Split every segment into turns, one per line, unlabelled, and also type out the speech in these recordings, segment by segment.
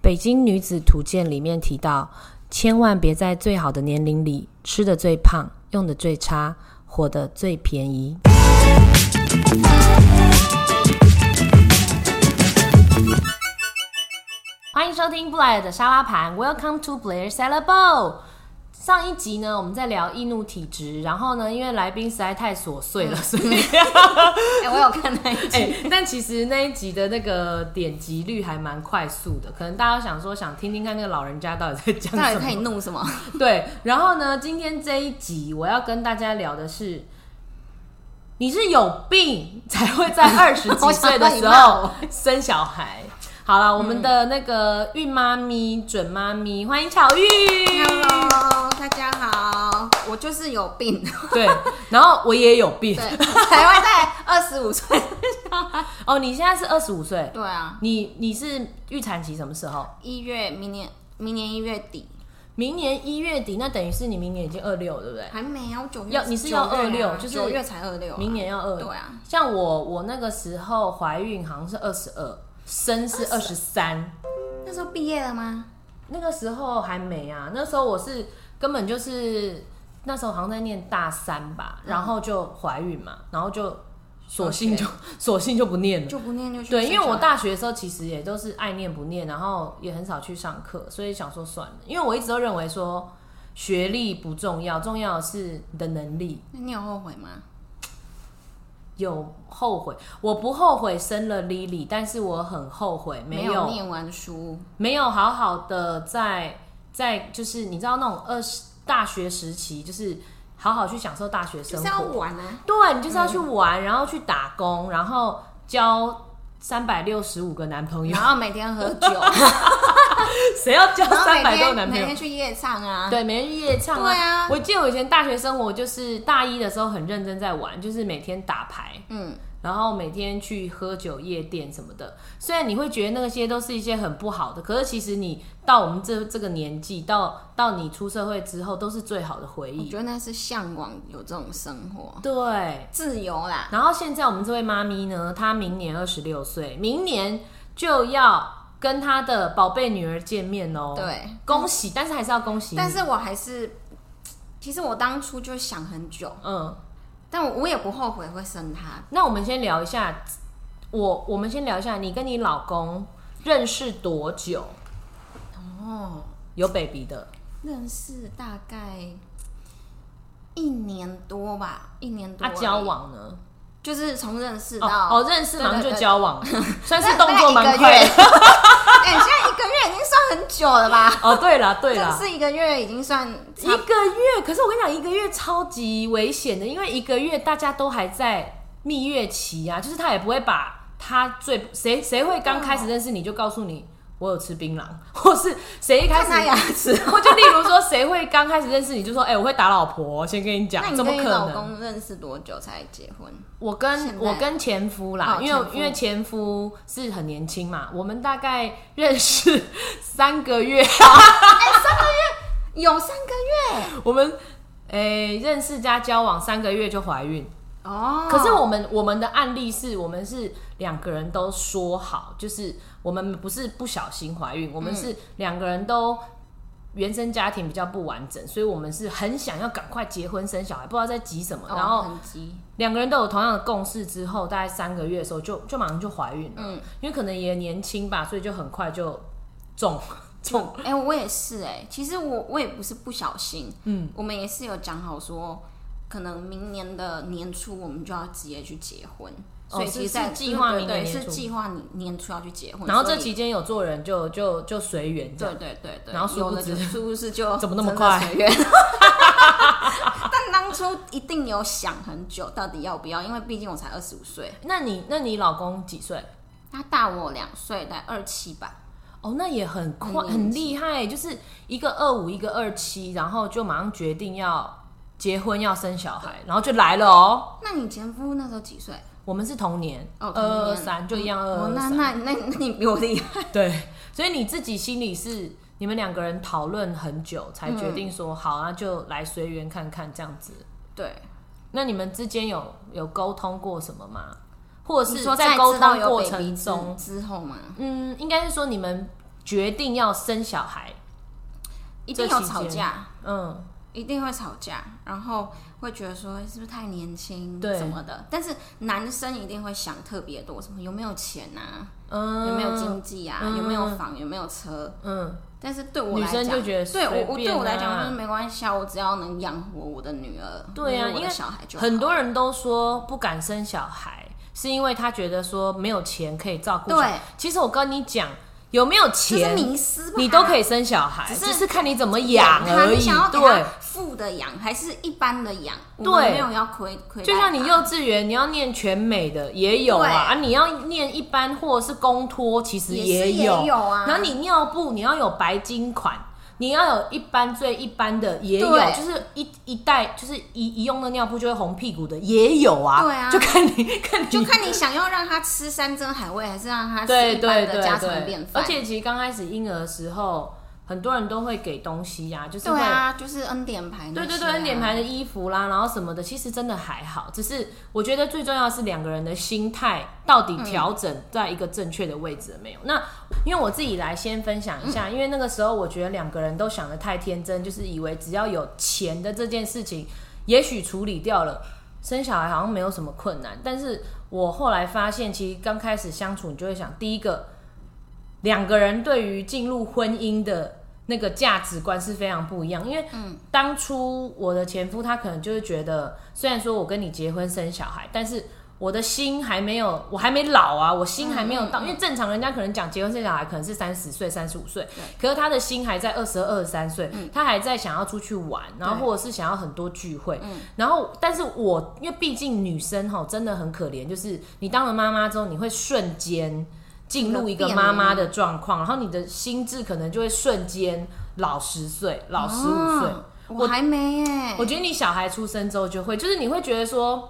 北京女子图鉴》里面提到，千万别在最好的年龄里吃的最胖，用的最差，活得最便宜。欢迎收听布莱尔的沙拉盘，Welcome to Blair Salad Bowl。上一集呢，我们在聊易怒体质，然后呢，因为来宾实在太琐碎了，所以
哎、我有看那一集，
哎、但其实那一集的那个点击率还蛮快速的，可能大家想说想听听看那个老人家到底在讲
到底
什么。
看你弄什么？
对，然后呢，今天这一集我要跟大家聊的是，你是有病才会在二十几岁的时
我想问嗯
候生小孩。好了，我们的那个孕妈咪、准妈咪，欢迎巧玉。
Hello，大 家好，我就是有 病，
对，然后我也有病
对，。才会在二十五岁。
哦，你现在是二十五岁，
对啊，
你你是预产期什么时候？
一月明年，明年一月底
明年一月底，那等于是你明年已经二六，对不对？
还没啊，我九月
要你是要
九月啊
26就是
九月才二六、啊，
明年要二。
对啊，
像我我那个时候怀孕好像是二十二，生是二十三，
那时候毕业了吗？
那个时候还没啊，那时候我是根本就是那时候好像在念大三吧，然后就怀孕嘛，然后就索性就 索性就不念了。
就不念就去
对，因为我
学校
大学的时候其实也都是爱念不念，然后也很少去上课，所以想说算了，因为我一直都认为说学历不重要，重要的是你的能力。
那你有后悔吗？
有后悔，我不后悔生了 Lily，但是我很后悔没
有
有
念完书，
没有好好的在在就是你知道那种二十大学时期，就是好好去享受大学
就
生
是要
活，
玩啊。
对你就是要去玩，然后去打工，然后交三百六十五个男朋友
然，后每天喝 酒，
谁要交
啊然后
三
每
百多个
天
男朋
每
友
天？去夜唱啊，
对，每日夜唱
对啊
我记得我以前大学生活就是大一的时候很认真在玩，就是每天打牌，
嗯，
然后每天去喝酒、夜店什么的。虽然你会觉得那些都是一些很不好的，可是其实你到我们这这个年纪，到到你出社会之后，都是最好的回
我
忆
觉。得那是向往有这种生活，
对。
自由啦，
然后现在我们这位妈咪呢，她明年二十六岁，明年就要跟她的宝贝女儿见面哦。，
对。
恭喜！但是还是要恭喜你。
但是我还是，其实我当初就想很久，
嗯，
但我我也不后悔会生他。
那我们先聊一下，我我们先聊一下，你跟你老公认识多久？
哦，
有 baby 的，
认识大概一年多吧，一年多欸
啊，
而已。
交往呢？
就是从认识
哦
到
哦，认识马上就
对对对
交 往，算
那
是动作
大概
蛮
一个月
快的。
哎、现在一个月已经算很久了吧？
哦，对啦 对
认
啦，
识一个月已经算
一个月。可是我跟你讲，一个月超级危险的，因为一个月大家都还在蜜月期啊，就是他也不会把他最谁谁会刚开始认识你就告诉你我有吃槟榔，或是谁一开
看他牙
始。
齿。
或就例如说，谁会刚开始认识你就说，哎、我会打老婆，先跟你
那
讲，
你
怎么
跟
可
你老
能？
公认识多久才结婚？
我
现
跟
在
我跟前夫啦，
哦
因为
前夫
因为前夫是很年轻嘛，我们大概认 识三个月，
有三个月
我们诶、认识加交往三个月就怀孕。
哦。
可是我们我们的案例是我们是两个人都说好，就是我们不是不小心怀孕，我们
嗯
是两个人都。原生家庭比较不完整，所以我们是很想要赶快结婚生小孩，不知道在急什么。
哦
然后
很急，
两个人都有同样的共识之后，大概三个月的时候就就马上就怀孕了，
嗯
因为可能也年轻吧，所以就很快就 中中，
哎、我也是哎、其实我我也不是不小心，
嗯，
我们也是有讲好说，可能明年的年初我们就要直接去结婚，
哦
所以其
是
实在
是计划
对对
明年
对
年初
是计划你年初要去结婚，
然后这
所以
期间有做人就就就随缘这样。
对对对对，
然后殊
有
不
了
知
就殊不知 就
怎么那么
真的
快
随缘。 但当初一定有想很久，到底要不要？因为毕竟我才二十五岁，
那你那你老公几岁？
他大我两岁，大概二七吧。
哦，那也很快，
嗯
很厉害，就是一个二五，一个二七，然后就马上决定要结婚要生小孩，然后就来了哦。
那你前夫那时候几岁？
我们是同年，
哦
二
同年
二二三就一样二
哦，
二
那
三。
那那那你比我厉害。
对，所以你自己心里是你们两个人讨论很久，才决定说、好，那就来随缘看看这样子。
对，
那你们之间有有沟通过什么吗？或者
你
是
说
在沟
知道
通
有
过
baby
程
之
中，
之后嘛，
嗯，应该是说你们决定要生小孩，
一定有吵架，
嗯，
一定会吵架，然后会觉得说哎是不是太年轻，
对
什么的。但是男生一定会想特别多，什么有没有钱啊，
嗯
有没有经济啊，
嗯
有没有房，有没有车。
嗯，
但是对我
女
来讲，
生就觉得
对
随
我我
便
对我来
啊
讲就是没关系啊，我只要能养活我的女儿，
对啊
或者我
因为
的小孩就好
很多人都说不敢生小孩，是因为他觉得说没有钱可以照顾。
对，
其实我跟你讲，有没有
这是
钱，
迷失吧，
你都可以生小孩，
只
只
是
是看你怎么
养
养
它
而
你
已
想要。给它
对，
富的养还是一般的养？我
对
们没有要亏亏待它，
就像你幼稚园，你要念全美的也有啊，
对
啊，你要念一般或者是公托，其实
也是
有。
也有啊
然后你尿布，你要有白金款，你要有一般最一般的也有，
对
就是一一袋就是一一用的尿布就会红屁股的也有啊。
对啊
就看你 看你
就看你想要让它吃山珍海味，还是让它吃
对
一般
对
的
对
家常
对
便，饭。
而且其实刚开始婴儿的时候，很多人都会给东西呀、就是
对
会
啊，就是恩典牌那
对
些
对
啊，
对，恩典牌的衣服啦，然后什么的，其实真的还好。只是我觉得最重要的是两个人的心态到
嗯
底调整在一个正确的位置了没有？那因为我自己来先分享一下，因为那个时候我觉得两个人都想的太天真，就是以为只要有钱的这件事情，也许处理掉了。生小孩好像没有什么困难，但是我后来发现，其实刚开始相处，你就会想，第一个，两个人对于进入婚姻的那个价值观是非常不一样，因为当初我的前夫他可能就是觉得，虽然说我跟你结婚生小孩，但是我的心还没有，我还没老啊，我心还没有到，因为正常人家可能讲结婚生小孩可能是三十岁、三十五岁，可是他的心还在二十二、三岁，他还在想要出去玩，然后或者是想要很多聚会，然后但是我因为毕竟女生哈真的很可怜，就是你当了妈妈之后，你会瞬间。进入一个妈妈的状况，然后你的心智可能就会瞬间老十岁、老十五岁。
哦我还没耶，
我觉得你小孩出生之后就会，就是你会觉得说，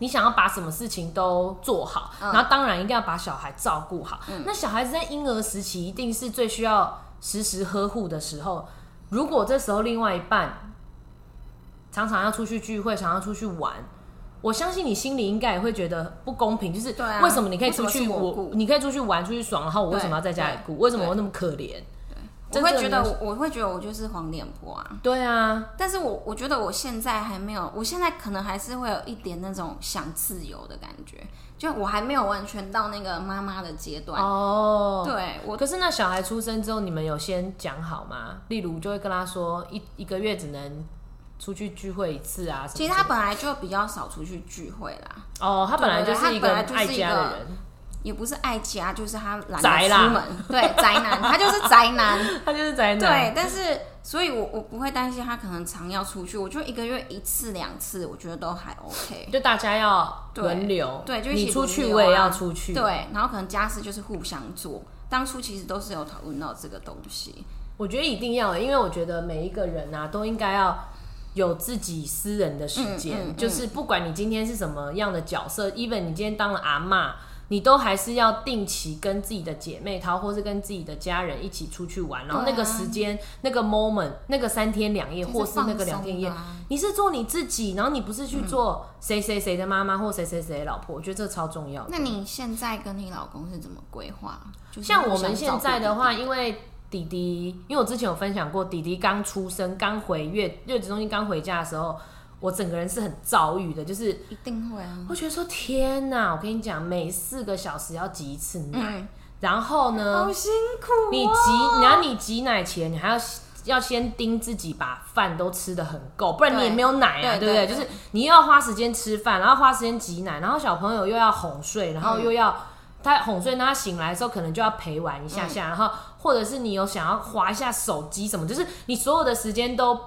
你想要把什么事情都做好，
嗯
然后当然一定要把小孩照顾好。那小孩子在婴儿时期一定是最需要时时呵护的时候，如果这时候另外一半常常要出去聚会，常要出去玩。我相信你心里应该也会觉得不公平，就是
对啊
为什么你可以出
为什
去
么是我
我
顾
你可以出去玩出去爽，然后我为什么要在家里顾？为什么我那么可怜？
我
真
会
正
觉
的
得我我会觉得我就是黄脸婆啊。
对啊，
但是我我觉得我现在还没有，我现在可能还是会有一点那种想自由的感觉，就我还没有完全到那个妈妈的阶段。
哦，
对我
可是那小孩出生之后，你们有先讲好吗？例如就会跟他说一一个月只能出去聚会一次啊。什么
其实他
之类
本来就比较少出去聚会啦，
的哦，他本来就
对对
是
对
一个
他本来就是
爱家的人，
也不是爱家，就是他懒
宅
得
啦
出门，对 宅男，他就是宅男。
他就是宅男。
对，但是所以我，我不会担心他可能常要出去，我就一个月一次两次，我觉得都还 OK。
就大家要轮流，
对，就一
你
起
出去，
轮流
我
啊
也要出去。，
对，然后可能家事就是互相做。当初其实都是有讨论到这个东西，
我觉得一定要欸的，因为我觉得每一个人啊，都应该要有自己私人的时间，
嗯嗯嗯
就是不管你今天是什么样的角色，even 你今天当了阿嬷，你都还是要定期跟自己的姐妹淘，或是跟自己的家人一起出去玩，然后
对
那
啊
个时间、那个 moment、那个三天两夜，
就是
或是那个两天一夜
放松的啊，嗯
你是做你自己，然后你不是去做谁谁谁的妈妈或谁谁谁的老婆，我觉得这超重要的。
那你现在跟你老公是怎么规划？就是
像我
互相
们现
照顾
在的
弟
话，
弟，
因为弟弟，因为我之前有分享过，弟弟刚出生、刚回月月子中心刚回家的时候，我整个人是很躁郁的，就是
一定会啊。
我觉得说天哪，我跟你讲，每四个小时要挤一次奶，
嗯，哦
然后呢，
辛苦
你挤，然后你挤奶前，你还要要先盯自己把饭都吃的很够，不然你
对
也没有奶啊，
对
对不对？
对对
就是你又要花时间吃饭，然后花时间挤奶，然后小朋友又要哄睡，然后又要、他哄睡，那他醒来的时候可能就要陪玩一下
嗯
下，然后或者是你有想要划一下手机什么，就是你所有的时间都。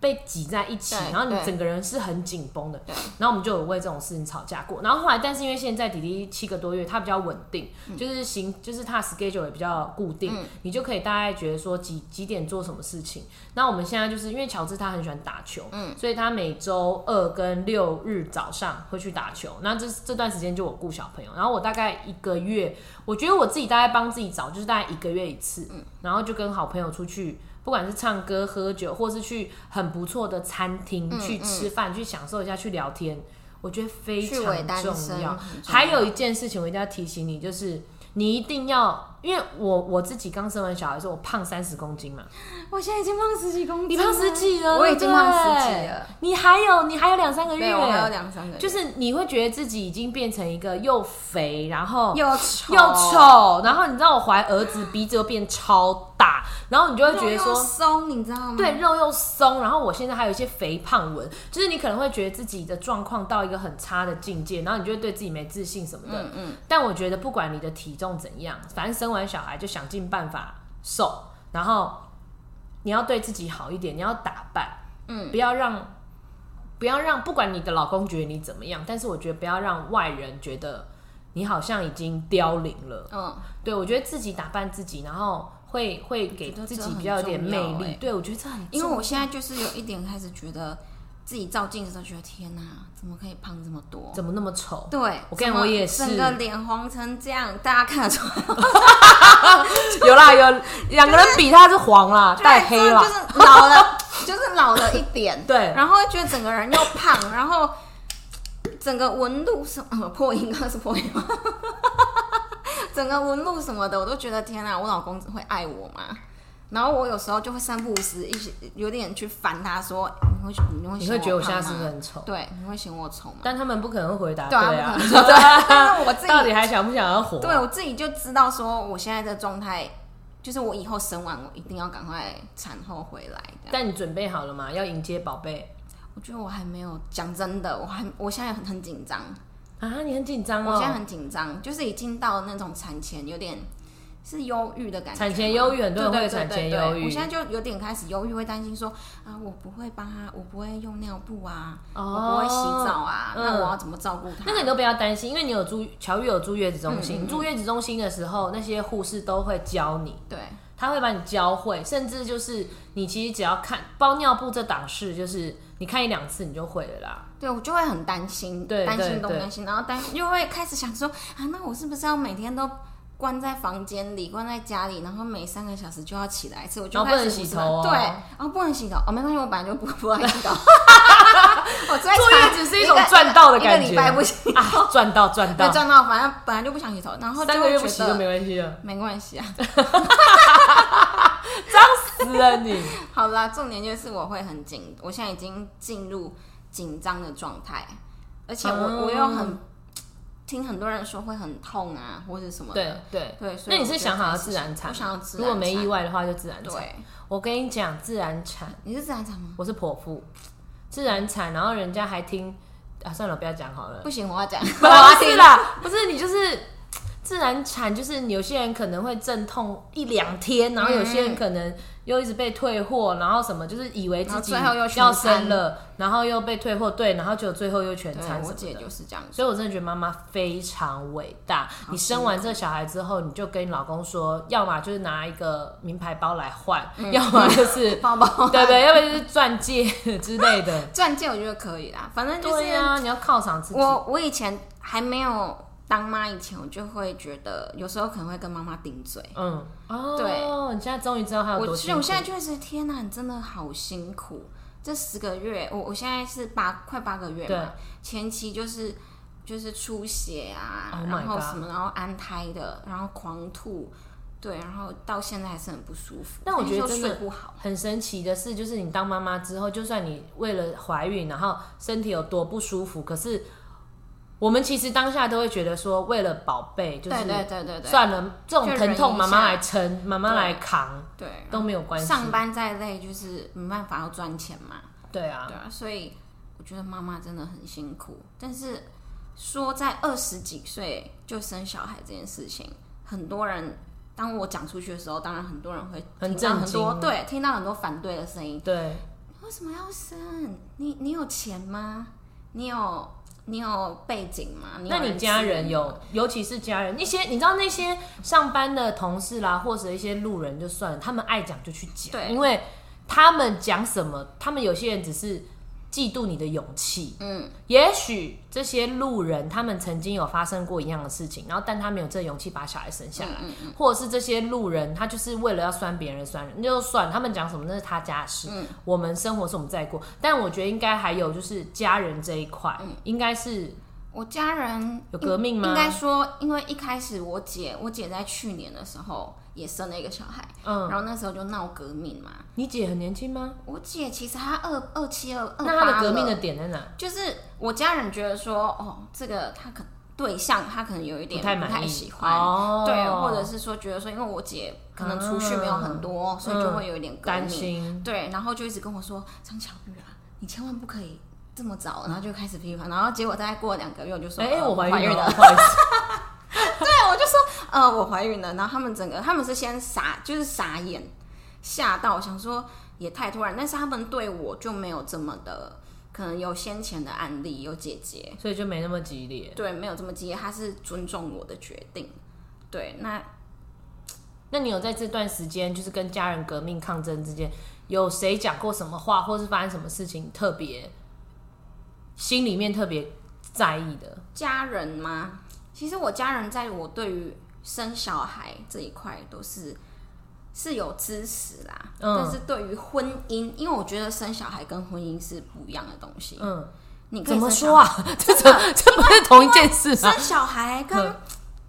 被挤在一起，
对
然后你
对
整个人是很紧绷的
对。
然后我们就有为这种事情吵架过。然后后来，但是因为现在弟弟七个多月，他比较稳定，
嗯
就是行，就是他 schedule 也比较固定，你就可以大概觉得说几几点做什么事情。那我们现在就是因为乔治他很喜欢打球，所以他每周二跟六日早上会去打球。那这这段时间就我顾小朋友，然后我大概一个月，我觉得我自己大概帮自己找，就是大概一个月一次，
嗯
然后就跟好朋友出去。不管是唱歌、喝酒，或是去很不错的餐厅、
嗯
去吃饭、去享受一下、去聊天，我觉得非
去伪
常
单身
重要。
很重要
还有一件事情，我一定要提醒你，就是你一定要因为我我自己刚生完小孩的时候，我胖三十公斤嘛，
我现在已经胖十几公斤，
你胖十几了，
我已经胖十
对
几了，，
你还有你还有两三个月，
对我还有两三个月，
就是你会觉得自己已经变成一个又肥，然后
又丑
又，丑，然后你知道我怀儿子鼻子又变超大，然后你就会觉得
肉又
说。
松，你知道吗？
对，肉又松，然后我现在还有一些肥胖纹，就是你可能会觉得自己的状况到一个很差的境界，然后你就会对自己没自信什么的。
嗯嗯，
但我觉得不管你的体重怎样，反正生完小孩就想尽办法瘦，然后你要对自己好一点，你要打扮，
嗯
不要让不要让不管你的老公觉得你怎么样，但是我觉得不要让外人觉得你好像已经凋零了。
嗯，
对我觉得自己打扮自己，然后会会给
我觉得
自
这
己
很
比较有点
重
魅
要
力。
欸
对我觉得这很重
因为我现在就是有一点开始觉得自己照镜子都觉得天哪，怎么可以胖这么多？
怎么那么丑？
对，
我跟你
怎么
我也是
整个脸黄成这样，大家看得出来，
有啦 有，两个人比他是黄啦， 带黑啦
就。是老了， 就是老了一点，
对
然后会觉得整个人又胖，然后整个纹路什么、呃、破音，刚刚是破音吗？ 整个纹路什么的，我都觉得天哪，我老公会爱我吗？然后我有时候就会三不五时一些有点去烦他说，你会你会
你
嫌
会
我
觉得我现在
胖
是不是
吗
很丑？
对，你会嫌我丑吗？
但他们不可能回答，
对啊
对啊
不可能对 但是我自己
到底还想不想要活？啊
对我自己就知道说，我现在这状态，就是我以后生完，我一定要赶快产后回来这样。
但你准备好了吗？要迎接宝贝
我觉得我还没有讲真的，我还我现在很很紧张，
啊！你很紧张
我现在
哦，
很紧张，就是已经到那种产前有点是忧郁的感觉嘛。
产前忧郁很多人
对
会有
对对
产前
对对
忧郁
我现在就有点开始忧郁，会担心说啊，我不会帮他，我不会用尿布啊，
哦
我不会洗澡啊，
嗯
那我要怎么照顾他？
那个你都不要担心，因为你有住乔玉有住月子中
嗯
心，住月子中心的时候，那些护士都会教你，
对，
他会把你教会，甚至就是你其实只要看包尿布这档事，就是你看一两次你就会了 啦。
对我就会很担心，
对
担
对
心东
对
担心，然后担心又会开始想说啊，那我是不是要每天都关在房间里，关在家里，然后每三个小时就要起来一次，我就
然后不
开始
能洗头哦
对，然后不能洗头，哦，没关系，我本来就不不爱 洗头，我最爱
坐
查
月子是一种赚到的感
一个
觉，
礼拜不洗，
啊，赚到赚
没
到，
赚到，反正本来就不想洗头，然后就
三个月
会
不洗
觉
就
得
没关系了，
没关系啊。
脏死了 你。
好啦，重点就是我会很紧，我现在已经进入紧张的状态，而且我、
哦
我又很听很多人说会很痛啊，或者什么
对
的。
对。
对所
那
以
你
我
是
觉得
想好
还
要
是
自然产
我
吗？
想要自然
如果没
产
意外的话，就自然产。
对，
我跟你讲，自然产，
你是自然产吗？
我是泼妇，自然产，然后人家还听啊，算了，不要讲好了。
不行，我 要讲，
不
我要
是
听。
啦，不是你就是自然产，就是有些人可能会阵痛一两天，
嗯
然后有些人可能又一直被退货，然后什么就是以为自己
然后最后又全
要生
餐
了，然后又被退货，对，然后就最后又全
对
残，
我姐就是这样子。
所以，我真的觉得妈妈非常伟大。你生完这小孩之后，你就跟你老公说，要么就是拿一个名牌包来换，
嗯
要么 就是
包包
对对，要不然就是钻戒之类的。
钻戒我觉得可以啦，反正 就是
对啊，你要犒赏自己。
我我以前还没有当妈以前，我就会觉得有时候可能会跟妈妈顶嘴。
嗯，哦，
对，
你现在终于知道他有
我
多
其实
辛
我
苦。
现在就是天哪，你真的好辛苦。这十个月，我我现在是八快八个月
对
嘛，前期就是就是出血啊
Oh my
然后
God
什么，然后安胎的，然后狂吐，对，然后到现在还是很不舒服。
但我觉得
就
真的
睡不好，
很神奇的是，就是你当妈妈之后，就算你为了怀孕，然后身体有多不舒服，可是我们其实当下都会觉得说，为了宝贝，就是
对对对对对
算了，这种
就
疼
忍
痛
一
妈妈
下
来撑，妈妈
对
来扛
对。
都没有关系。
上班再累，就是没办法要赚钱嘛，
对啊
对，啊，所以我觉得妈妈真的很辛苦。但是说在二十几岁就生小孩这件事情，很多人当我讲出去的时候，当然很多人会
很
听到很多
震惊
对，听到很多反对的声音。
对，
为什么要生？你你有钱吗？你有你有背景吗？有
那你
吃
家人
吗？
有，尤其是家人，一些你知道那些上班的同事啦，或者一些路人就算了，他们爱讲就去讲，
对
因为他们讲什么，他们有些人只是嫉妒你的勇气。
嗯，
也许这些路人他们曾经有发生过一样的事情，然后但他没有这勇气把小孩生下来，
嗯
或者是这些路人他就是为了要酸别人酸人，那就算了他们讲什么那是他家的
嗯
事，我
嗯
们生活是我们在过，但我觉得应该还有就是家人这一块，应该是
我家人
有革命吗
应该说，因为一开始我姐，我姐在去年的时候也生了一个小孩，
嗯，
然后那时候就闹革命嘛。
你姐很年轻吗？
我姐其实她二二七二二
那她的
八
革命的
了，
点在哪？
就是我家人觉得说，哦，这个她可对象她可能有一点
不太满意
喜欢，
哦
对，或者是说觉得说，因为我姐可能储蓄没有很多，所以就会有一点革
嗯担
命，
心，
对，然后就一直跟我说张巧玉啊，你千万不可以这么早，然后就开始批判，然后结果大概过了两个月，我就说，
哎、
呃
我怀
怀
孕
了
了，，不好意思，
对，我就说，呃，我怀孕了。然后他们整个，他们是先傻，就是傻眼，吓到，想说也太突然。但是他们对我就没有这么的，可能有先前的案例，有姐姐，
所以就没那么激烈。
对，没有这么激烈，他是尊重我的决定。对，那
那你有在这段时间，就是跟家人革命抗争之间，有谁讲过什么话，或是发生什么事情特别心里面特别在意的？
家人吗？其实我家人在我对于生小孩这一块都是是有支持啦，
嗯
但是对于婚姻，因为我觉得生小孩跟婚姻是不一样的东西。
嗯，
你可
怎
以
么
生小
说啊？ 这这这不是同一件事吗？
生小孩
嗯
跟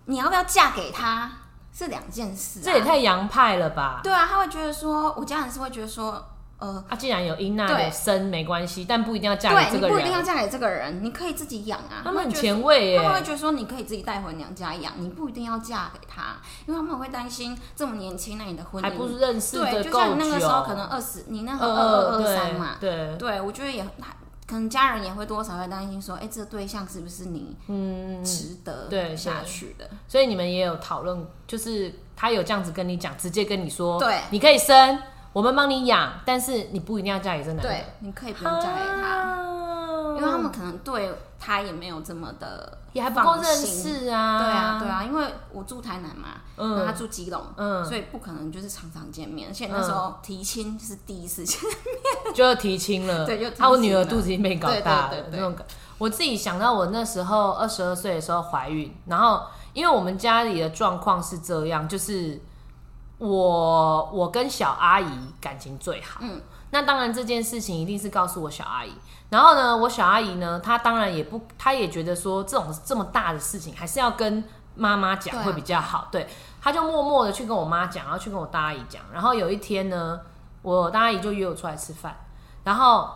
你要不要嫁给他是两件事、啊。
这也太洋派了吧？
对啊，他会觉得说，我家人是会觉得说，呃，
啊，既然有英娜
对
有生没关系，但不一定要嫁给
对你
这个
不一定要
人。
嫁给这个人，你可以自己养啊。
他们很
会觉得
前卫
他们会
耶，
觉得说，你可以自己带回娘家养，你不一定要嫁给他，因为他们会担心这么年轻，那你的婚姻
还不认识
对，
的
就
够久。
像你那个时候可能二十，你那时候
二
二二二三
对
嘛，
对，
对我觉得也可能家人也会多少会担心说，哎、这个对象是不是你
嗯，
值得
对
下
对
去的？
所以你们也有讨论，就是他有这样子跟你讲，直接跟你说，
对
你可以生，我们帮你养，但是你不一定要嫁给这男的，
对，你可以不用嫁给他。
啊
因为他们可能对他也没有这么的
也还不够
放
认
心。
识啊，
对啊，对，啊，因为我住台南嘛，
嗯
然后他住基隆，
嗯
所以不可能就是常常见面。而且那时候提亲是第一次见，
就要提亲了，
对就提亲了
啊，我女儿肚子已经被搞大了
对对对对
那种感。我自己想到我那时候二十二岁的时候怀孕，然后因为我们家里的状况是这样，就是我我跟小阿姨感情最好，嗯，那当然这件事情一定是告诉我小阿姨。然后呢，我小阿姨呢，她当然也不，她也觉得说这种这么大的事情还是要跟妈妈讲
对啊
会比较好，对，她就默默的去跟我妈讲，然后去跟我大阿姨讲，然后有一天呢，我大阿姨就约我出来吃饭，然后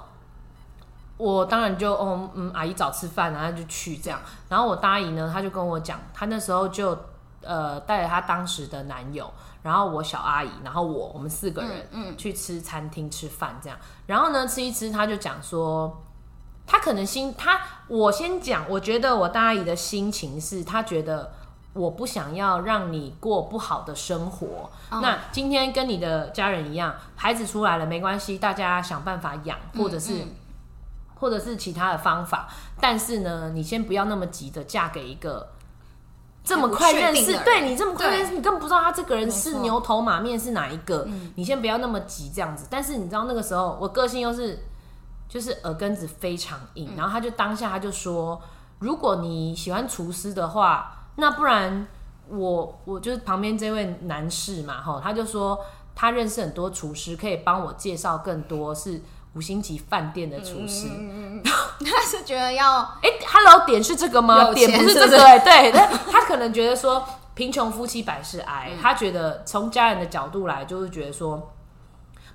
我当然就哦嗯，阿姨早吃饭，然后就去这样。然后我大姨呢，她就跟我讲，她那时候就呃带着她当时的男友，然后我小阿姨，然后我我们四个人、
嗯，
去吃餐厅吃饭这样。然后呢吃一吃，她就讲说，她可能心她我先讲，我觉得我大阿姨的心情是她觉得。我不想要让你过不好的生活。
哦
那今天跟你的家人一样，孩子出来了没关系，大家想办法养，或者是、
嗯
或者是其他的方法。但是呢，你先不要那么急着嫁给一个这么快认
还不确
识
定，的人
对你这么快
对
认识，你根本不知道他这个人
没
是
错
牛头马面是哪一个
嗯，
你先不要那么急这样子。但是你知道那个时候我个性又是就是耳根子非常硬，
嗯
然后他就当下他就说，如果你喜欢厨师的话，那不然我我就是旁边这位男士嘛，哈，他就说他认识很多厨师，可以帮我介绍更多是五星级饭店的厨
嗯
师。
他是觉得要
哎、h e l l o 点是这个吗？
有钱
点不是这
是不
个、
是
欸，对，但他可能觉得说贫穷夫妻百事哀，
嗯
他觉得从家人的角度来，就是觉得说，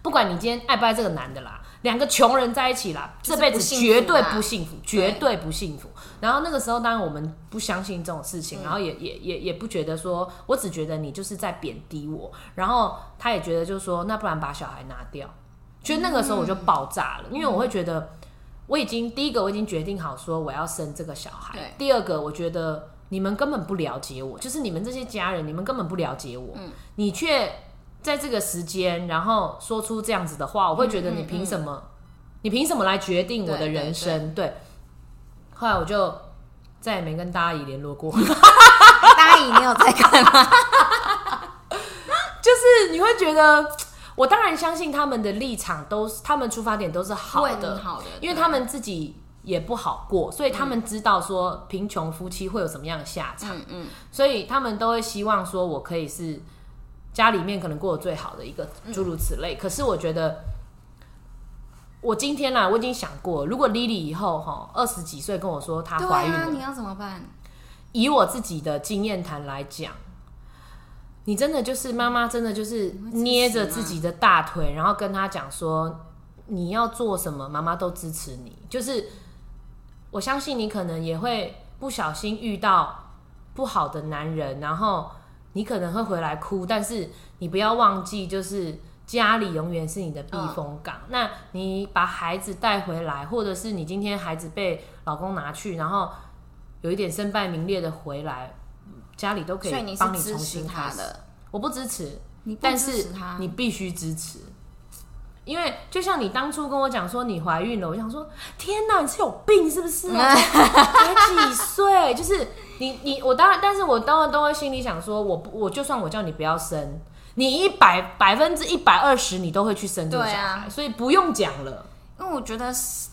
不管你今天爱不爱这个男的啦，两个穷人在一起啦，
就
这
是不
辈子
幸
绝
福
对
啦
不幸福，绝对不幸福。然后那个时候，当然我们不相信这种事
嗯
情，然后也也也也不觉得说，我只觉得你就是在贬低我。然后他也觉得就是说，那不然把小孩拿掉。其实那个时候我就爆炸了，因为我会觉得我已经第一个我已经决定好说我要生这个小孩
对，
第二个我觉得你们根本不了解我，就是你们这些家人，你们根本不了解我，你却在这个时间然后说出这样子的话，我会觉得你凭什么？你凭什么来决定我的
对对
人生？嗯对。后来我就再也没跟大阿姨联络过。
答应哎你有在看吗？
就是你会觉得，我当然相信他们的立场都是，他们出发点都是好
为
的，
你好的
因为他们自己也不好过，所以他们知道说贫穷夫妻会有什么样的下场，
嗯嗯，
所以他们都会希望说我可以是家里面可能过得最好的一个，诸如此类。可是我觉得。我今天啦，我已经想过，如果 Lily 以后哈二十几岁跟我说她
对
怀孕
啊，
了，
你要怎么办？
以我自己的经验谈来讲，你真的就是妈妈，真的就是捏着自己的大腿，然后跟他讲说你要做什么，妈妈都支持你。就是我相信你可能也会不小心遇到不好的男人，然后你可能会回来哭，但是你不要忘记，就是。家里永远是你的避风港。那你把孩子带回来，或者是你今天孩子被老公拿去，然后有一点身败名裂的回来，家里都可
所以你是
帮
支
重
持
新开
他
始。
的，
我不支持，
你不
但
支
是
持他，
你必须支持，因为就像你当初跟我讲说你怀孕了，我想说天哪，你是有病是不是 啊、才几岁？就是你你我当然，但是我当然都会心里想说，我不我就算我叫你不要生，你一百百分之一百二十你都会去生这个
对
小
啊
孩，所以不用讲了。
因为我觉得是，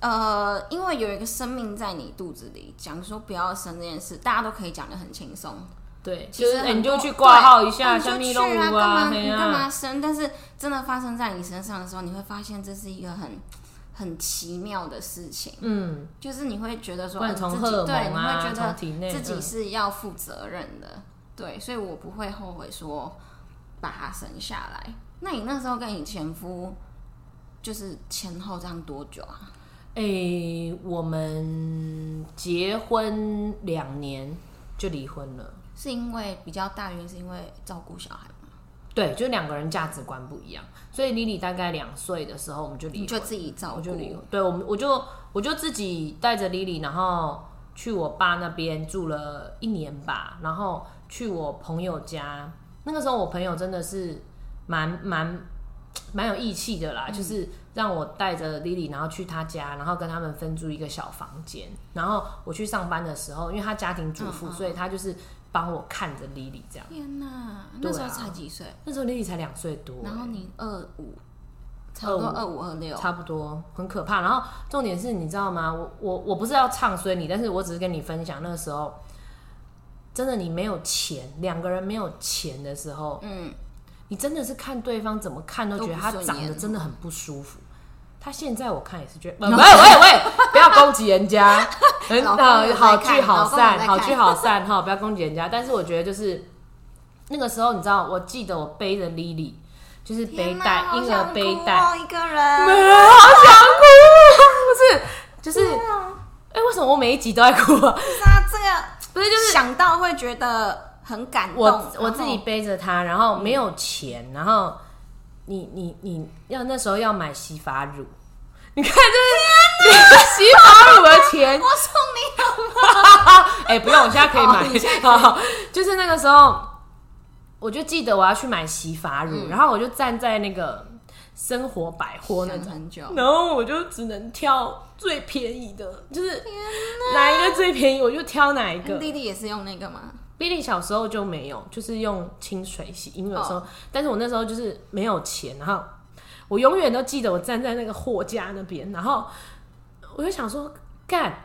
呃，因为有一个生命在你肚子里，讲说不要生这件事，大家都可以讲的很轻松。
对，
其
就
实
是哎
很
你就
多
去挂号一下，
对
像
你
蜜
就
蜂
去啊，
屋
干嘛
嘿
你
呀
干嘛生？但是真的发生在你身上的时候，你会发现这是一个很很奇妙的事情，
嗯，
就是你会觉得说，
不然
哦
从
自己
荷尔
对，
蒙
你会
啊，
觉
从
得
体内
自己
嗯
是要负责任的，对，所以我不会后悔说把他生下来。那你那时候跟你前夫就是前后这样多久啊？
诶、哎我们结婚两年就离婚了。
是因为比较大原因是因为照顾小孩吗？
对，就两个人价值观不一样，所以 Lily 大概两岁的时候我们就离
你
婚，
就自己照
我就离
顾
婚。对，我们我就我就自己带着 Lily，然后去我爸那边住了一年吧，然后去我朋友家。那个时候我朋友真的是蛮蛮蛮有义气的啦，
嗯
就是让我带着 Lily，然后去他家，然后跟他们分住一个小房间。然后我去上班的时候，因为他家庭主妇，
嗯嗯
所以他就是帮我看着 Lily 这样。
天哪，
对
那
啊
时候才几岁？
那时候 Lily 才两岁多、
然
欸
后你二五，差不多二五二六，
差不多，很可怕。然后重点是，你知道吗？我我我不是要唱衰你，但是我只是跟你分享那个时候，真的你没有钱，两个人没有钱的时候，
嗯，
你真的是看对方怎么看都觉得他
都不顺
长
眼
得真的很不舒服。他现在我看也 是觉得，喂喂喂，不要攻击人家，很
老公有
呃
在
好聚
看
好
老公有在
散，
看
好聚好散哈，不要攻击人家。但是我觉得就是那个时候，你知道，我记得我背着 Lily，就是背
天
带
哪
婴儿背，带
好，想哭哦一个人，
啊好想哭，不是，就是，哎、为什么我每一集都在哭啊？
那啊这个
不是，就是
想到会觉得很感动。
我我
然后
自己背着它，然后没有钱，然后你你你要那时候要买洗发乳，你看就是你的洗发乳的钱
我，送你好吗？
哎、不用，我现在可以买
哦你现在。可以
好好 就是那个时候，我就记得我要去买洗发乳，然后我就站在那个生活百货那
等
种。
很久，
然后我就只能挑最便宜的，就是哪一个最便宜我就挑哪一个。
弟弟也是用那个 吗？
Billy 小时候就没有，就是用清水洗婴儿的时
哦
候，但是我那时候就是没有钱，然后我永远都记得我站在那个货架那边，然后我就想说，干，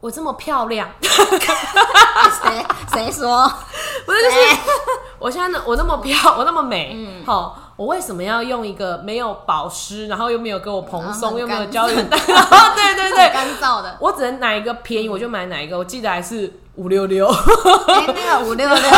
我这么漂亮，
谁谁说？
不是就是 我现在呢，我那么漂，我那么美，
嗯
好、我为什么要用一个没有保湿，然后又没有给我蓬
然后
松，
哦很
又没有
干
胶原蛋，然后 对对对
很，干燥的。
我只能哪一个便宜我就买哪一个，我记得还是五六六。
哎，那个五六 六，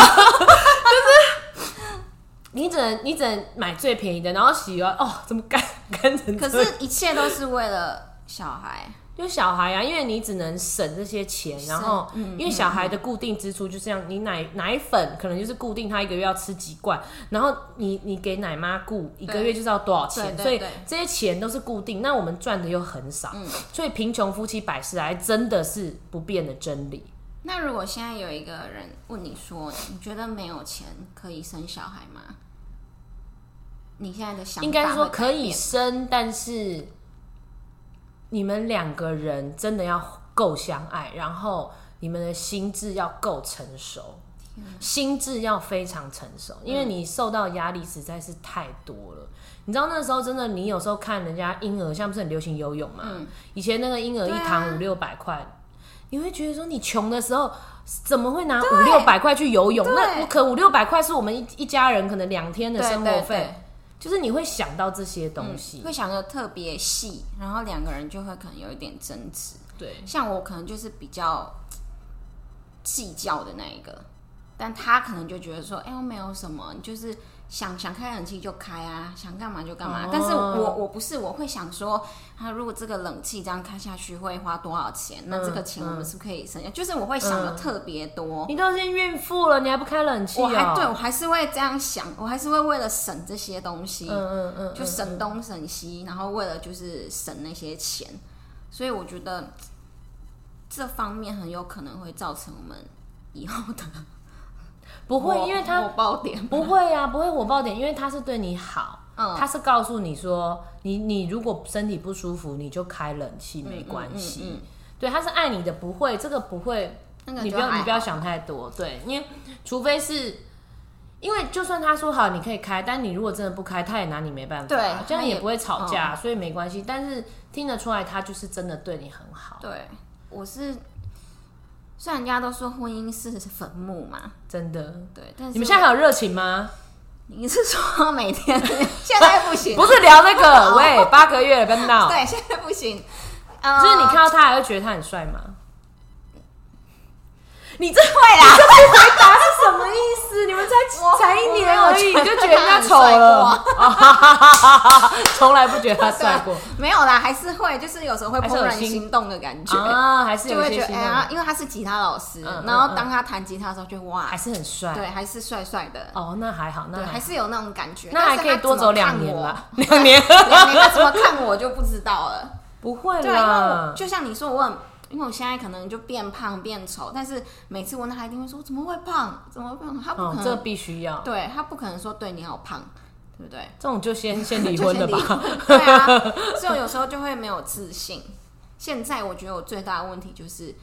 你只能你只能买最便宜的，然后洗完哦，怎么干干成这
可
样？
是一切都是为了小孩。
就小孩啊，因为你只能省这些钱，然后、
嗯
因为小孩的固定支出就这样，你奶奶粉可能就是固定他一个月要吃几罐，然后你你给奶妈雇一个月就是要多少钱，
对对
所
对嗯
以这些钱都是固定，那我们赚的又很少，所以贫穷夫妻百事哀真的是不变的真理。
那如果现在有一个人问你说，你觉得没有钱可以生小孩吗？你现在的想法
应该说
会改
可以
变
生，但是你们两个人真的要够相爱，然后你们的心智要够成熟，心智要非常成熟，因
嗯
为你受到压力实在是太多了。你知道那时候真的，你有时候看人家婴儿，现在不是很流行游泳嘛？以前那个婴儿一
嗯对啊
堂五六百块，你会觉得说你穷的时候怎么会拿五六百块去游泳？
对
那我可五六百块是我们一一家人可能两天的
对
生
对
活
对
费，嗯就是你会想到这些东西，
会想的特别细，然后两个人就会可能有一点争执。
对，
像我可能就是比较计较的那一个，但他可能就觉得说，哎、又没有什么，你就是想想开冷气就开啊，想干嘛就干嘛。
哦
但是我我不是，我会想说，他如果这个冷气这样开下去会花多少钱？那这个钱我们是不是可以省下？就是我会想的特别多。
你都已经孕妇了，你还不开冷气、哦？
我还对我还是会这样想，我还是会为了省这些东西，
嗯嗯嗯，
就省东省西，然后为了就是省那些钱，所以我觉得这方面很有可能会造成我们以后的
不会，因为他
火爆点。
不会啊，不会火爆点，因为他是对你好，
嗯
他是告诉你说，你你如果身体不舒服，你就开冷气，没关系。
嗯嗯
对，他是爱你的，不会，这个不会，
那个
你不
就
要
还
你不要
好
想太多，对，因为除非是。因为就算他说好你可以开，但你如果真的不开，他也拿你没办法，
对
这样
他也嗯
也不会吵架，所以没关系。但是听得出来，他就是真的对你很好，
对，我是虽然人家都说婚姻是坟墓嘛，
真的。
对，但是
你们现在
我
还有热情吗？
你是说每天 现在不行，
不是聊那 个，喂，八个月了，不要闹。
对，现在不行，呃
就是你看到他还会觉得他很帅吗？你这
会啦。
答是什么意思？ 你们才
我
才一年而已，你
我没有
就觉得
觉得
人
他
家
很
丑了？ 从来不觉得他帅 过
对没有啦，还是会，就是有时候会
还是
怦
有
然
心
心动的感觉，
啊，还是
就
有一
会觉
些
得
心
哎
动
呀，，因为他是吉他老师，
嗯嗯
然后当他弹吉他的时候就，哇
还，是很帅。
对，还是帅帅的，
哦，那还好，那
对，还
还
是有那种感觉。
那还
但
可
是他
以多走两年
怎么看
吧， 两 年
我。两年他怎么看我就不知 道了。
不会
对，因为我
啦。
就像你说，我很，因为我现在可能就变胖变丑，但是每次问他，他一定会说怎么会胖，怎么会胖？他不
哦
可，
这
能，
必须要，
对他不可能说对你好胖，对不对？
这种就先先离婚了
就先
吧
离。 婚对啊，所以我有时候就会没有自信。现在我觉得我最大的问题就是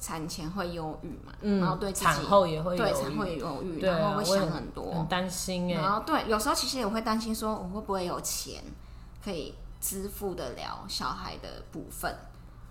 产前会忧郁嘛，然哦后对自
嗯
己
产后也会有
对
抑
产后也忧郁，
对啊
然后会
我也
想很
很
多，
担心
啊然
哎。
后对，有时候其实也会担心说我会不会有钱可以支付得了小孩的部分，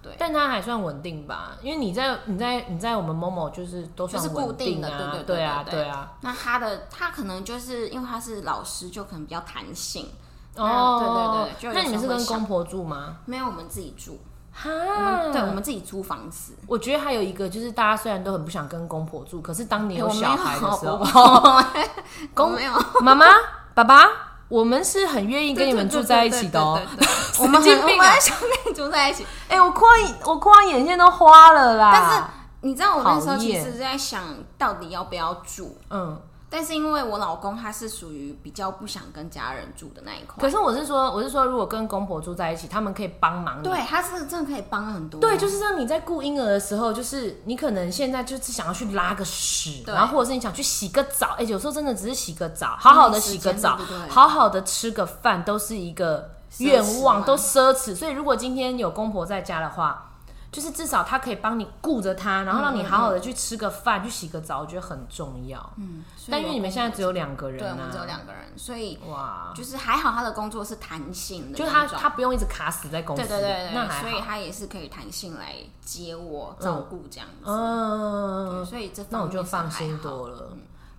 对，
但它还算稳定吧，因为你在你在你在我们某某就是都
就
算
是固
稳定
定的，
啊，
对
对
对
啊
对
对啊。。
那他的他可能就是因为他是老师，就可能比较弹性，
哦
嗯，对对对就有
那你们是
时候会
跟
想
公婆住吗？
没有我们自己住，
哈
我
嗯
们对我们自己租房子。
我觉得还有一个就是，大家虽然都很不想跟公婆住，可是当你有
哎我没
小孩的时 候，
候，我
公
没有，
妈妈、爸爸，我们是很愿意跟你们住在一起的哦。
对。对对对对对我们
神
很
经
我
病
们
啊
很想跟你住在一起，
哎，我光我光眼线都花了啦。
但是你知道我那时候
讨
其
厌
实是在想到底要不要住，
嗯，
但是因为我老公他是属于比较不想跟家人住的那一块
可，是我是说，我是说，如果跟公婆住在一起，他们可以帮忙你。
对，他是真的可以帮很多，
对，就是让你在顾婴儿的时候，就是你可能现在就是想要去拉个屎，
对
然后或者是你想去洗个澡，哎、有时候真的只是洗个澡，好好的洗个澡，
时间对不对
好好的吃个饭，都是一个
奢侈啊
愿望，
嘛
都奢侈。所以如果今天有公婆在家的话，就是至少他可以帮你顾着他，然后让你好好的去吃个饭，去洗个澡，我觉得很重要。
嗯，
但因为你们现在只有两个
在
人
对，我
啊
们只，有两个人，所以
哇，
就是还好他的工作是弹性的
就
那
是
种，
他他不用一直卡死在公司
对
里，
对对
那
对，
还
所
好。
以他也是可以弹性来接我照顾这样子，对
嗯，
所以这
那
方
我
面
就是放
还
心
好嗯
多了。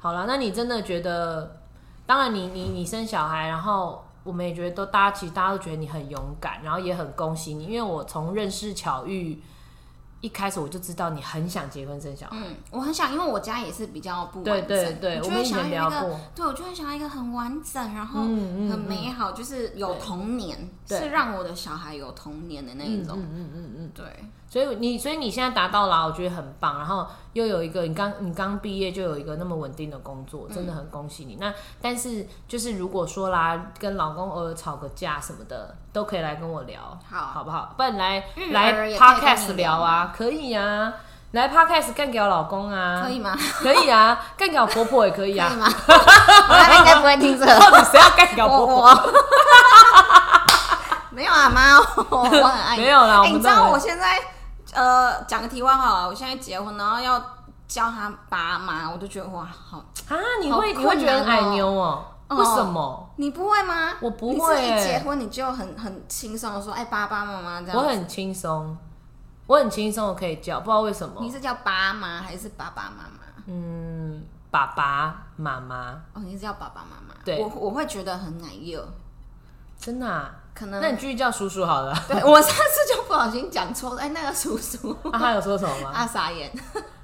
好了，那你真的觉得，当然你你你生小孩，然后我们也觉得都大家其实大家都觉得你很勇敢，然后也很恭喜你，因为我从认识巧遇一开始我就知道你很想结婚生小孩，
嗯，我很想，因为我家也是比较不
对
嗯完整，
对对，
我
我
就
们以
会想要
前
一
聊
个，
过，
对我就会想要一个很完整，然后
嗯嗯
很美好，就是有
对
童年，
对
是让我的小孩有童年的那一种，
嗯嗯嗯，
对，
所以你所以你现在达到了，我觉得很棒，然后又有一个你刚你刚毕业就有一个那么稳定的工作，真的很恭喜你。那但是就是如果说啦，跟老公偶尔吵个架什么的，都可以来跟我聊，
好
好不好？不然来
育儿
来
也可以跟
podcast
你
聊
聊
啊，可以啊，来 podcast 干掉老公啊
可，以吗？
可以啊，干掉婆婆也可以
可以
啊，
吗？ 我妈妈应该不会听这 个，
到底谁要干掉
我
婆婆？
我。没有啊，妈，我我很爱你。
没有啦我
哎
们
你知
当然
道我现在呃，讲个题外话好了，我现在结婚，然后要叫他爸妈，我就觉得哇，好，
啊，你会
哦好
你会觉得很
困难
矮
哦
妞哦？
哦
为什么？
你不会吗？
我不
你
会
是一
欸
结婚你就很很轻松的说，哎，爸爸妈妈这样。
我很轻松，哦我很轻松，我可以叫，不知道为什么。
你是叫爸妈还是爸爸妈妈？
嗯，爸爸妈妈，
哦，你是叫爸爸妈妈，
对
我我会觉得很奶油，
真的、啊？
可能
那你继续叫叔叔 好了。
对我上次就不小心讲错，哎，那个叔叔
啊，他有说什么吗？
啊傻 眼，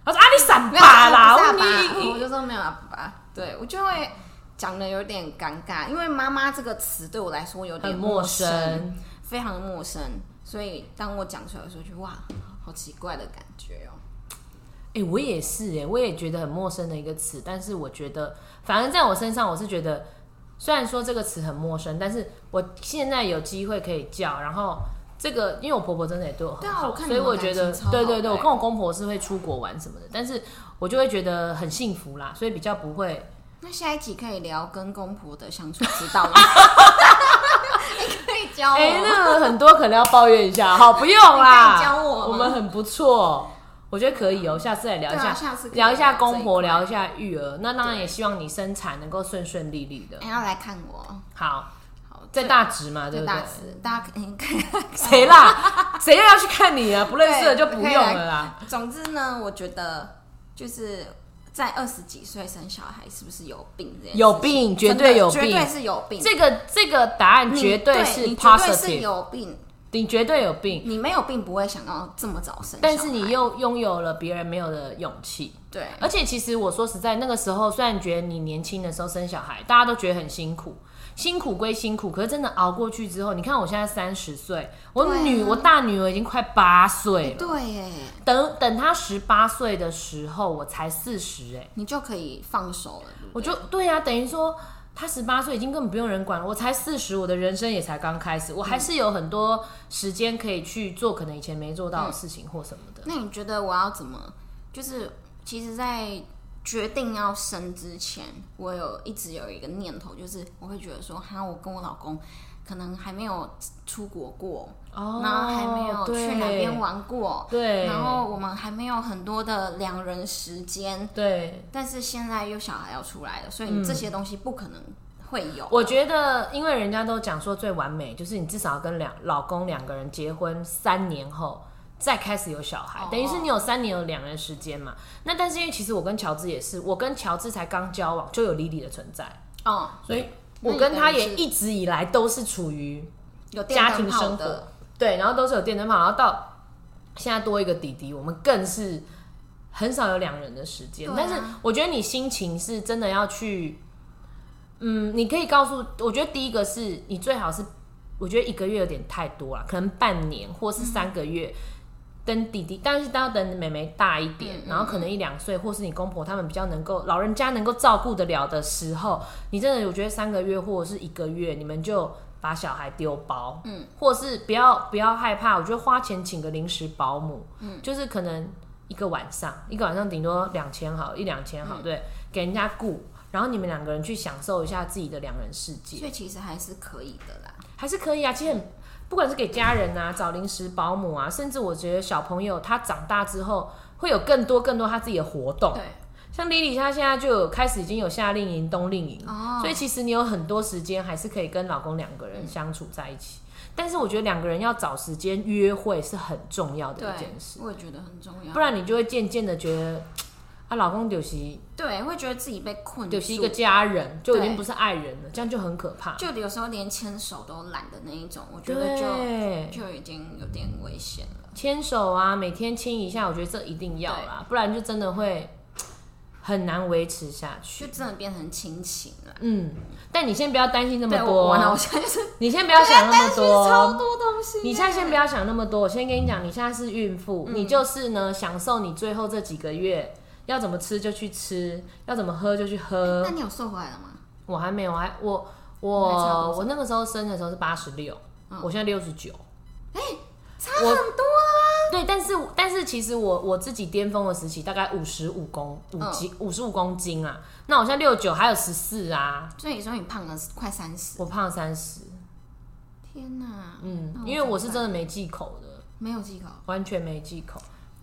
他说啊，你闪
没有
吧啦，
不是啊
我
爸，
你
我就说没有啊爸，对我就会讲的有点尴尬，因为妈妈这个词对我来说有点
很陌
生，
生。
非常陌生，所以当我讲出来的时候就，哇，好奇怪的感觉哦。
哎、我也是哎、我也觉得很陌生的一个词，但是我觉得，反正在我身上，我是觉得，虽然说这个词很陌生，但是我现在有机会可以叫，然后这个，因为我婆婆真的也对我很
对啊
好，
我看你
所以
们
我
感
觉
情
得
超，好
对对对，
的
我
欸
跟我公婆是会出国玩什么的，但是我就会觉得很幸福啦，所以比较不会。
那下一集可以聊跟公婆的相处之 道吗？ 你可以教我
哎、
吗。
那个很多可能要抱怨一 下，好，不用
你
啦，
可以教我吗
我们很不错。我觉得可以哦、下次来聊一
对
下，
啊下次可以
聊一下
聊这一
公婆，
块
聊一下育儿。那当然也希望你生产能够顺顺利利的。
哎要来看我，
好，
好，
在大直嘛，对
最
不
大
对？
词，大家可以看。
谁啦？谁又要去看你啊？不认识的就不用了啦。
对。 总之呢，我觉得就是在二十几岁生小孩是不是有病这件事情？
有病绝对
真的
有
绝对
病
是有病。
这个这个答案
你
绝
嗯对
是
你绝对是
positive，
有病。
你绝对有病，
你没有病不会想要这么早生小孩，
但是你又拥有了别人没有的勇气。
对
而且其实我说实在，那个时候虽然觉得你年轻的时候生小孩，大家都觉得很辛苦，辛苦归辛苦，可是真的熬过去之后，你看我现在三十岁，我
对啊
女、我大女儿已经快八岁了，
对耶，
等等她十八岁的时候，我才四十哎。
你就可以放手了。对
我
不对
就对呀、等于说他十八岁已经根本不用人管了，我才四十，我的人生也才刚开始，我还是有很多时间可以去做可能以前没做
嗯
到的事情或什么的。
那你觉得我要怎么？就是其实，在决定要生之前，我有一直有一个念头，就是我会觉得说，哈，我跟我老公可能还没有出国过，
哦
然后还没有去哪边，玩过，
对，
然后我们还没有很多的两人时间，
对。
但是现在又小孩要出来了，所以你这些东西不可能会有。
嗯我觉得，因为人家都讲说最完美就是你至少要跟两老公两个人结婚三年后再开始有小孩，
哦
等于是你有三年有两人时间嘛。那但是因为其实我跟乔治也是，我跟乔治才刚交往就有 Lily 的存在，
嗯，
所以
那
我
你
跟
等
他
于
也
是
一直以来都是处于
有电
家
灯
庭
泡
生活
的，，
对，然后都是有电灯泡，然后到现在多一个弟弟，我们更是很少有两人的时间。
对
但
啊
是我觉得你心情是真的要去，嗯，你可以告诉，我觉得第一个是你最好是，我觉得一个月有点太多了，可能半年或是三个月。等弟弟，但是都要等妹妹大一点，
嗯嗯
然后可能一两岁，或是你公婆他们比较能够老人家能够照顾得了的时候，你真的我觉得三个月或者是一个月，你们就把小孩丢包，
嗯，
或者是不要不要害怕，我觉得花钱请个临时保姆，嗯，就是可能一个晚上，一个晚上顶多两千好，一两千好，
嗯
对，给人家雇，然后你们两个人去享受一下自己的两人世界，
所以其实还是可以的啦。
还是可以啊。其实很不管是给家人啊，找临时保姆啊，甚至我觉得小朋友他长大之后会有更多更多他自己的活动，
对，
像 Lily 她现在就有开始已经有夏令营、冬令营，
哦
所以其实你有很多时间还是可以跟老公两个
嗯
人相处在一起。但是我觉得两个人要找时间约会是很重要的
对
一件事，
我也觉得很重要。
不然你就会渐渐的觉得啊，老公就是
对，会觉得自己被困住，
就是一个家人，就已经
嗯对
不是爱人了，这样就很可怕。
就有时候连牵手都懒的那一种，我觉得就
对，
就已经有点危险了。
牵手啊，每天亲一下，我觉得这一定要啦，不然就真的会很难维持下去
就。真的变成亲情了。
嗯，但你先不要担心那么
对，
多，哦
我完了，我现在就是
你先不要想那么
超
多，哦
多东西耶。
你现在先不要想那么多。我先跟你讲，你现在是孕妇，
嗯
你就是呢享受你最后这几个月要怎么吃就去吃，要怎么喝就去喝
那。你有瘦回来了吗？
我还没有，我还我
你还
我
差多少嗯
我那个时候生的时候是八十六，我现在六十九。
哎差
我
很多啊啦。
对，但是但是其实我我自己巅峰的时期大概五十五公五斤
嗯
五十五公斤啊，那我现在六九还有十四啊，
所以你说你胖了快三十，
我胖了三十，
天哪！
嗯
那，
因为我
怎
是
么
真的没忌口的。
办没有忌口。
完全没忌口。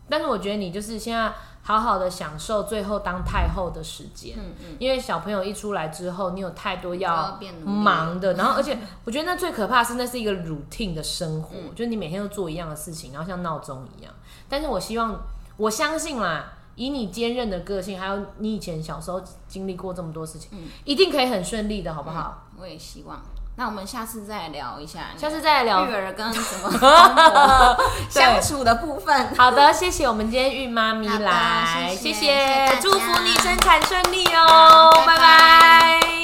但是我觉得你就是现在好好的享受最后当太后的时间，
嗯嗯，
因为小朋友一出来之后，你有太多
就要
要
变奴隶
忙的，然后而 且我觉得那最可怕的是那是一个 routine 的生活，
嗯
就是你每天都做一样的事情，然后像闹钟一样。但是我希望，我相信啦，以你坚韧的个性，还有你以前小时候经历过这么多事情，
嗯
一定可以很顺利的，好不好？
我也希望。那我们下次再聊一下你
下次再聊
育。儿跟怎 么生活相处的部分。
好的，谢谢我们今天孕妈咪
好的
来，谢
谢谢谢谢大家
祝福你生产顺利哦，
好拜
拜
拜
拜